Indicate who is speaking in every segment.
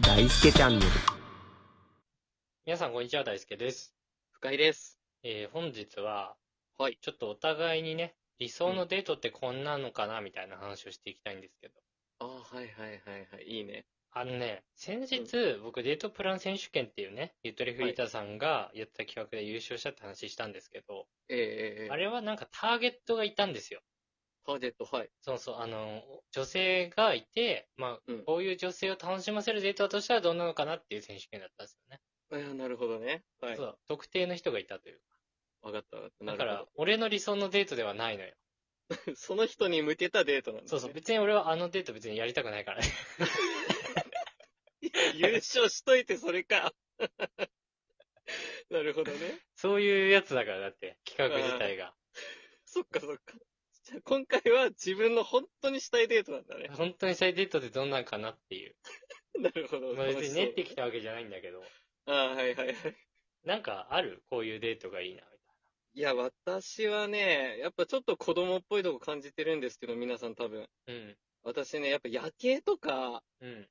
Speaker 1: 大輔チャンネル。
Speaker 2: 皆さん、こんにちは。大輔です。
Speaker 3: 深井です。
Speaker 2: えー本日は、
Speaker 3: はい。
Speaker 2: ちょっとお互いにね、理想のデートってこんなのかな、みたいな話をしていきたいんですけど。
Speaker 3: ああ、はいはいはいはい。いいね。
Speaker 2: あのね、先日、僕、デートプラン選手権っていうね、ゆとりフリーターさんがやった企画で優勝したって話したんですけど、
Speaker 3: ええええええ
Speaker 2: あれはなんかターゲットがいたんですよ。
Speaker 3: ターゲット、はい。
Speaker 2: そうそう、あの、女性がいて、まあ、
Speaker 3: うん
Speaker 2: こういう女性を楽しませるデートだとしたらどんなのかなっていう選手権だったんですよね。
Speaker 3: ああ、なるほどね。はい。
Speaker 2: そ
Speaker 3: わ
Speaker 2: う、特定の人がいたという
Speaker 3: かったわかった。
Speaker 2: か。
Speaker 3: な
Speaker 2: だか
Speaker 3: る
Speaker 2: ら、俺の理想のデートではないのよ。
Speaker 3: ほど。 その人に向けたデートなんだ、ね。
Speaker 2: そうそう、。別に俺はあのデート別にやりたくないからね。
Speaker 3: 優勝しといてそれか。 なるほどね。
Speaker 2: そういうやつだから、だって、企画自体が。
Speaker 3: そっかそっか。じゃあ今回は自分の本当にしたいデートなんだね。
Speaker 2: 本当にしたいデートってどんなんかなっていう。
Speaker 3: なるほど。
Speaker 2: まあ別に練ってき
Speaker 3: た。
Speaker 2: たわけじゃないんだけど、
Speaker 3: ああ、はいはいはい。
Speaker 2: なんかあるこういうデートがいいな、み
Speaker 3: いや、私はね、やっぱちょっと子供っぽいとこ感じてるんですけど、皆さん多分。
Speaker 2: たいな。
Speaker 3: 私ね、やっぱ夜景とか、
Speaker 2: うん。うん。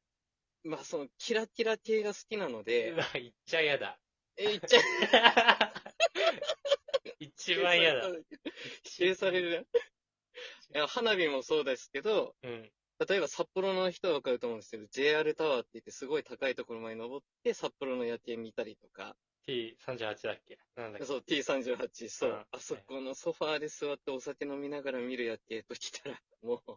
Speaker 3: まあそのキラキラ系が好きなので
Speaker 2: う、わ、言っちゃ嫌だ。
Speaker 3: え、言っちゃい、
Speaker 2: 一番嫌だ。。
Speaker 3: 指令さ れるな。いや花火もそうですけど、
Speaker 2: うん。
Speaker 3: 例えば札幌の人はわかると思うんですけど、JR タワーって言ってすごい高いところまで登って札幌の夜景見たりとか、
Speaker 2: T38 だっけなんだっけ
Speaker 3: そう、T38、そう、
Speaker 2: うん
Speaker 3: あそこのソファーで座ってお酒飲みながら見る夜景ときたら、もう、最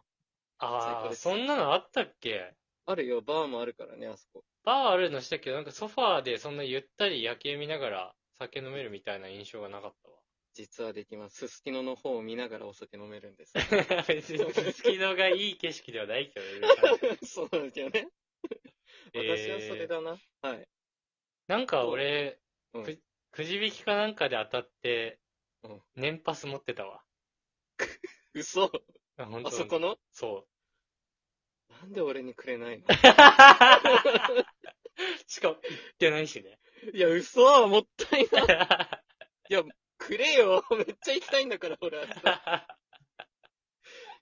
Speaker 2: あ
Speaker 3: 高
Speaker 2: あ、
Speaker 3: です
Speaker 2: そんなのあったっけ
Speaker 3: あるよ、バーもあるからね、あそこ。
Speaker 2: バーあるのしたけど、なんかソファーでそんなゆったり夜景見ながら酒飲めるみたいな印象がなかったわ。
Speaker 3: 実はできます。すすきのの方を見ながらお酒飲めるん です。
Speaker 2: 別に、すきのがいい景色ではないけどね。
Speaker 3: そうなんですよね。
Speaker 2: えー
Speaker 3: 私はそれだな。はい。
Speaker 2: なんか俺、
Speaker 3: うん
Speaker 2: く、くじ引きかなんかで当たって
Speaker 3: うん、
Speaker 2: 年パス持ってたわ。
Speaker 3: 嘘
Speaker 2: あ、本当
Speaker 3: あそこの
Speaker 2: そう。
Speaker 3: なんで俺にくれないの
Speaker 2: しかも、行ってないしね。
Speaker 3: いや、嘘もったいない。いや、くれよ。めっちゃ行きたいんだから、 俺。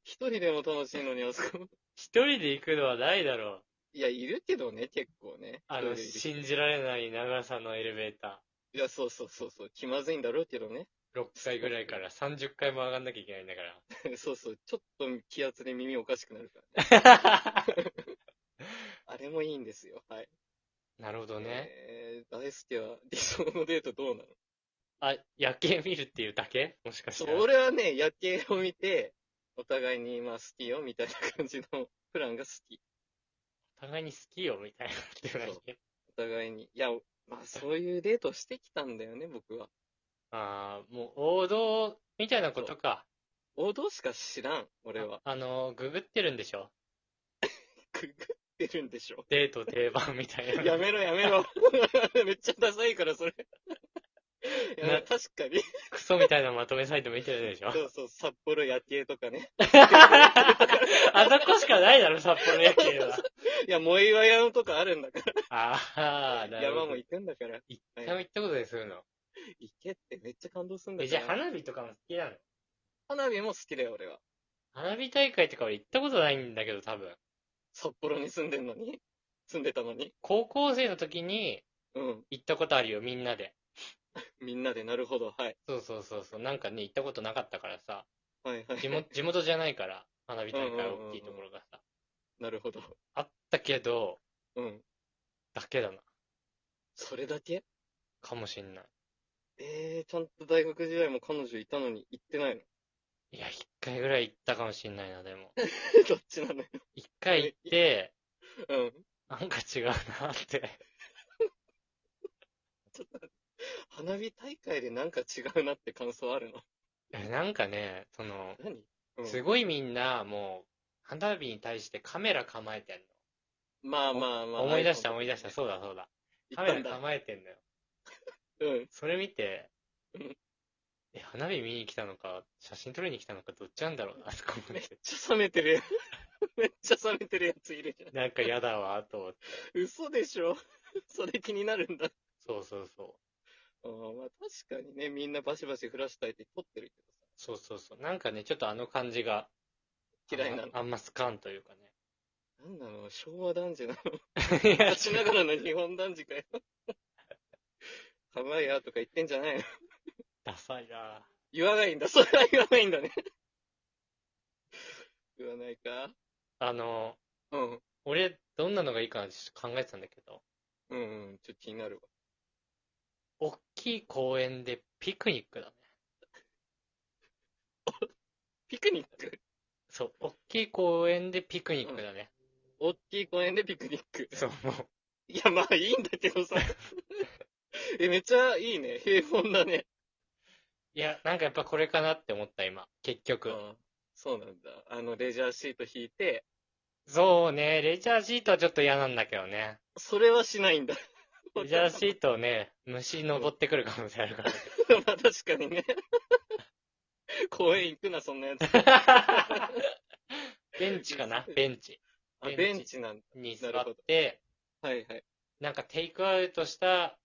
Speaker 3: 一人でも楽しいのに、あそこ。
Speaker 2: 一人で行くのはないだろう。
Speaker 3: いや、いるけどね、結構ね。
Speaker 2: あ
Speaker 3: 一
Speaker 2: の、
Speaker 3: 人でいる
Speaker 2: 信じられない長さのエレベータ
Speaker 3: いや、そうそうそうそう。気まずいんだろうけどね。
Speaker 2: ー。6階ぐらいから30階も上がんなきゃいけないんだから。
Speaker 3: そうそう。ちょっと気圧で耳おかしくなるからね。 あれもいいんですよ。はい。
Speaker 2: なるほどね。
Speaker 3: えー、大輔は理想のデートどうなの
Speaker 2: あ、夜景見るっていうだけもしかし
Speaker 3: そ
Speaker 2: て。
Speaker 3: う、俺はね、夜景を見て、お互いに今好きよ、みたいな感じのプランが好き。
Speaker 2: お互いに好きよ、みたいなってな
Speaker 3: そうお互いに。いや、まあそういうデートをしてきたんだよね、僕は。
Speaker 2: ああ、もう王道みたいなことか。
Speaker 3: 王道しか知らん、俺は。
Speaker 2: あの、ググってるんでしょ
Speaker 3: くぐってるんでしょ。
Speaker 2: デート定番みたいな。
Speaker 3: やめろ、やめろ。 めっちゃダサいか ら、それ。いや
Speaker 2: な
Speaker 3: 確かに。
Speaker 2: クソみたいなまとめサイト見てるで しょ
Speaker 3: そうそう、札幌夜景とかね。
Speaker 2: あそこしかないだろ、札幌野球は。
Speaker 3: いや、萌岩山とかあるんだか
Speaker 2: ああ、な
Speaker 3: ら。
Speaker 2: るほ
Speaker 3: 山
Speaker 2: ど。
Speaker 3: も
Speaker 2: 一
Speaker 3: 行くんだから。
Speaker 2: 回も行ったことにするの。
Speaker 3: 行けってめっちゃ感動するんだ
Speaker 2: え、
Speaker 3: か
Speaker 2: じ
Speaker 3: ら。
Speaker 2: ゃあ花火とかも好きなの
Speaker 3: 花火も好きだよ、俺は。
Speaker 2: 花火大会とか俺行ったことないんだけど、多分。
Speaker 3: 札幌に住んでんのに住んでたのに。
Speaker 2: 高校生の時に
Speaker 3: うん。
Speaker 2: 行ったことあるよ、みんなで。
Speaker 3: みんなで、なるほど、はい。
Speaker 2: そうそうそうそう。なんかね、行ったことなかったからさ。
Speaker 3: はいはい。
Speaker 2: 地元、地元じゃないから、花火大会大きいところがさ。
Speaker 3: なるほど。
Speaker 2: あったけど、
Speaker 3: うん。
Speaker 2: だけだな。
Speaker 3: それだけ
Speaker 2: かもしんない。
Speaker 3: えー、ちゃんと大学時代も彼女いたのに行ってないの。
Speaker 2: いや、一回ぐらい行ったかもしんないな、でも。
Speaker 3: どっちなのよ。
Speaker 2: 一回行って、
Speaker 3: うん。
Speaker 2: なんか違うなって。
Speaker 3: 花火大会でなんか違うなって感想あるの。
Speaker 2: えなんかね、その、
Speaker 3: 何うん。
Speaker 2: すごいみんな、もう、花火に対してカメラ構えてん
Speaker 3: まあまあま
Speaker 2: の。
Speaker 3: あ。
Speaker 2: 思い出した
Speaker 3: 行
Speaker 2: 思い出した、そうだそうだ。カ
Speaker 3: っ
Speaker 2: メ
Speaker 3: た
Speaker 2: ラ
Speaker 3: んだ。
Speaker 2: 構えてんのよ。
Speaker 3: うん。
Speaker 2: それ見て
Speaker 3: うん、
Speaker 2: え、花火見に来たのか、写真撮りに来たのか、どっちなんだろうな、 とか思
Speaker 3: め
Speaker 2: っ。
Speaker 3: ってちゃ冷めてるやん。 めっちゃ冷めてるやついるじゃん。
Speaker 2: なんか嫌だわ、と思って。
Speaker 3: 嘘でしょ。それ気になるんだ。
Speaker 2: そうそうそう。
Speaker 3: うん、まあ確かにね、みんなバシバシフラッシュ焚いて撮ってるけどさ。
Speaker 2: そうそうそう。なんかね、ちょっとあの感じが、
Speaker 3: 嫌い
Speaker 2: あ
Speaker 3: なの
Speaker 2: んまあんま好かんというかね。
Speaker 3: なんなの昭和男児なの
Speaker 2: いや、
Speaker 3: 立ちながらの日本男児かよ。 かまやとか言ってんじゃないの
Speaker 2: ダサいな
Speaker 3: 言わないんだ。 それは言わないんだね。言わないか
Speaker 2: あの、
Speaker 3: うん。
Speaker 2: 俺、どんなのがいいかなって考えてたんだけど、
Speaker 3: うんうん。ちょっと気になるわ。
Speaker 2: 大きい公園でピクニックだね。
Speaker 3: ピクニック
Speaker 2: そう、大きい公園でピクニックだね。
Speaker 3: 大きい公園でピクニック。
Speaker 2: そう、もう、
Speaker 3: いや、まあいいんだけどさ。 え、めっちゃいいね。平凡だね。
Speaker 2: いや、なんかやっぱこれかなって思った、今。結局。
Speaker 3: ああそうなんだ。あの、レジャーシート引いて、
Speaker 2: そうね、レジャーシートはちょっと嫌なんだけどね。
Speaker 3: それはしないんだ。
Speaker 2: レジャーシートをね、虫登ってくる可能性ある から。
Speaker 3: まあ確かにね。 公園行くな、そんな やつ。
Speaker 2: ベンチかなベンチ
Speaker 3: あ、
Speaker 2: ベンチ
Speaker 3: ベンチなんだ。
Speaker 2: に座っ
Speaker 3: なるほど
Speaker 2: て、
Speaker 3: はいはい。
Speaker 2: なんかテイクアウトした、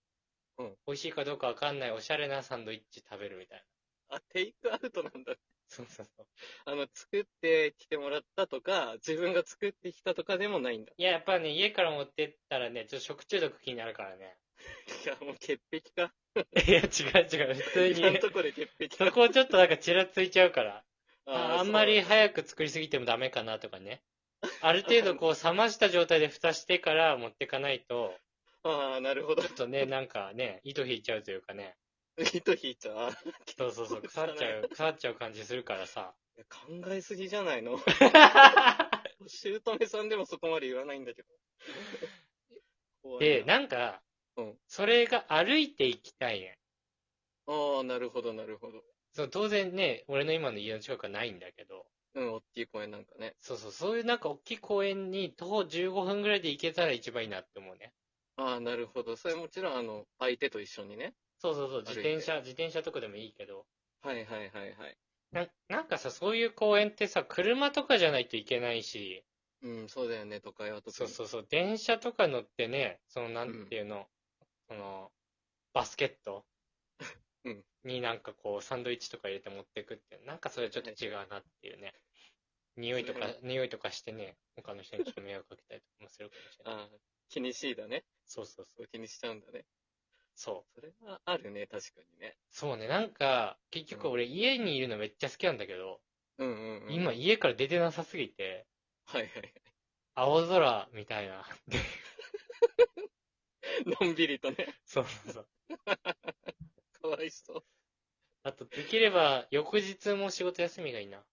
Speaker 3: うん
Speaker 2: 美味しいかどうかわかんないおしゃれなサンドイッチ食べるみたいな。
Speaker 3: あ、テイクアウトなんだ。
Speaker 2: そうそうそう。
Speaker 3: あの、作ってきてもらったとか、自分が作ってきたとかでもないんだ。
Speaker 2: いや、やっぱね、家から持ってったらね、ちょっと食中毒気になるからね。
Speaker 3: いや、もう潔癖か。
Speaker 2: いや、違う違う。普通に
Speaker 3: 今の
Speaker 2: ね、
Speaker 3: とこで潔癖
Speaker 2: そ
Speaker 3: か。
Speaker 2: こをちょっとなんかちらついちゃうから。
Speaker 3: ー
Speaker 2: ああんまり早く作りすぎてもダメかなとかね。ある程度こう冷ました状態で蓋してから持ってかないと、
Speaker 3: そうああ、なるほど
Speaker 2: ちょ。っと ね、なんかね、糸引いちゃうというかね。
Speaker 3: 糸引いちゃう。あー
Speaker 2: そうそう そう、腐っちゃう、腐っちゃう感じするからさ。
Speaker 3: いや考えすぎじ ゃないの姑さんでもそこまで言わないんだけど。怖い
Speaker 2: で、なんか
Speaker 3: うん、
Speaker 2: それが歩いていきたいね。
Speaker 3: ああ、なるほど、なるほど。
Speaker 2: そう、当然ね、俺の今の家の近くはないんだけど、
Speaker 3: うん、大きい公園なんかね。
Speaker 2: そうそう、そういうなんか大きい公園に徒歩15分ぐらいで行けたら一番いいなって思うね。
Speaker 3: ああ、なるほど。それもちろん、あの、相手と一緒にね。
Speaker 2: そうそうそう、
Speaker 3: 歩い
Speaker 2: 自
Speaker 3: て
Speaker 2: 転車、自転車とかでもいいけど、
Speaker 3: はいはいはいはい。
Speaker 2: ななんかさ、そういう公園ってさ、車とかじゃないといけないし、
Speaker 3: うん、そうだよね、都会は特に。
Speaker 2: そうそうそう、電車とか乗ってね、そのなんていうの、その、バスケット
Speaker 3: うん
Speaker 2: になんかこう、サンドイッチとか入れて持ってくって、なんかそれちょっと違うなっていうね。匂いとか
Speaker 3: それ、
Speaker 2: 匂いとかしてね、他の人にちょっと迷惑かけたりとかもするかもしれない。
Speaker 3: ああ、気にしいだね。
Speaker 2: そうそうそう。
Speaker 3: そう気にしちゃうんだね。
Speaker 2: そう。
Speaker 3: それはあるね、確かにね。
Speaker 2: そうね、なんか、結局
Speaker 3: うん
Speaker 2: 俺家にいるのめっちゃ好きなんだけど、
Speaker 3: うんうん、うん。
Speaker 2: 今
Speaker 3: はい
Speaker 2: 家から出てなさすぎて、
Speaker 3: はい。
Speaker 2: 青空みたいな。
Speaker 3: のんびりとね、
Speaker 2: そうそうそう。
Speaker 3: かわいそ
Speaker 2: あと、できれば、翌日も仕事休みがいいな。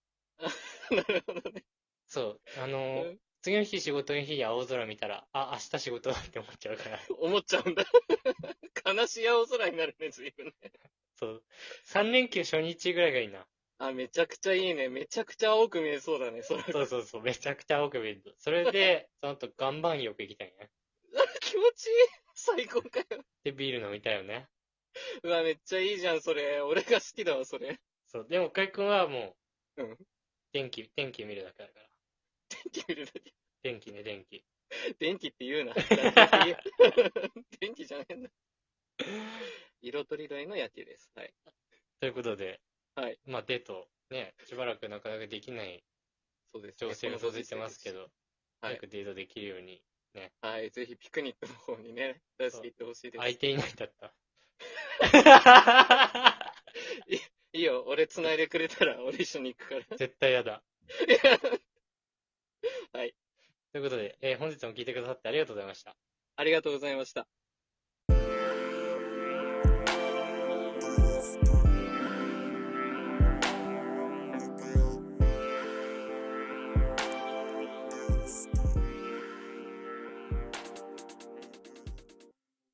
Speaker 3: う。なるほどね。
Speaker 2: そう。あのー
Speaker 3: うん
Speaker 2: 次の日仕事の日に青空見たら、あ、明日仕事だって思っちゃうから。
Speaker 3: 思っちゃうんだ。 悲しい青空になるね、随分ね。
Speaker 2: そう。3連休初日ぐらいがいいな。
Speaker 3: あ、めちゃくちゃいいね。めちゃくちゃ青く見えそうだね、それ。
Speaker 2: そうそうそう。めちゃくちゃ青く見える。それで、その後、岩盤浴行きたいね。
Speaker 3: 気持ちいい最高かよ。
Speaker 2: で、ビール飲みたいよね。
Speaker 3: うわ、めっちゃいいじゃん、それ。俺が好きだわ、それ。
Speaker 2: そう。でも、かいくんはもう、
Speaker 3: うん
Speaker 2: 天気、天気見るだけだから。
Speaker 3: 電気見るだけ。
Speaker 2: 天気ね、天気。
Speaker 3: 電気って言 うな。電気じゃねえんだ。色とりどりの夜景です。はい。
Speaker 2: ということで、
Speaker 3: はい。
Speaker 2: まあ、デート、ね、しばらくなかなかできない
Speaker 3: そうです、ね。
Speaker 2: 調整が続いてますけ
Speaker 3: ど。
Speaker 2: ど、
Speaker 3: はい
Speaker 2: 早くデートできるように、
Speaker 3: はい。ぜひピクニックの方にね、出していってほしいです。
Speaker 2: 空いていないだった。
Speaker 3: いいよ、俺繋いでくれたら俺一緒に行 くから。
Speaker 2: 絶対やだ。
Speaker 3: はい。
Speaker 2: ということで、えー本日も聞いてくださってありがとうございました。
Speaker 3: ありがとうございました。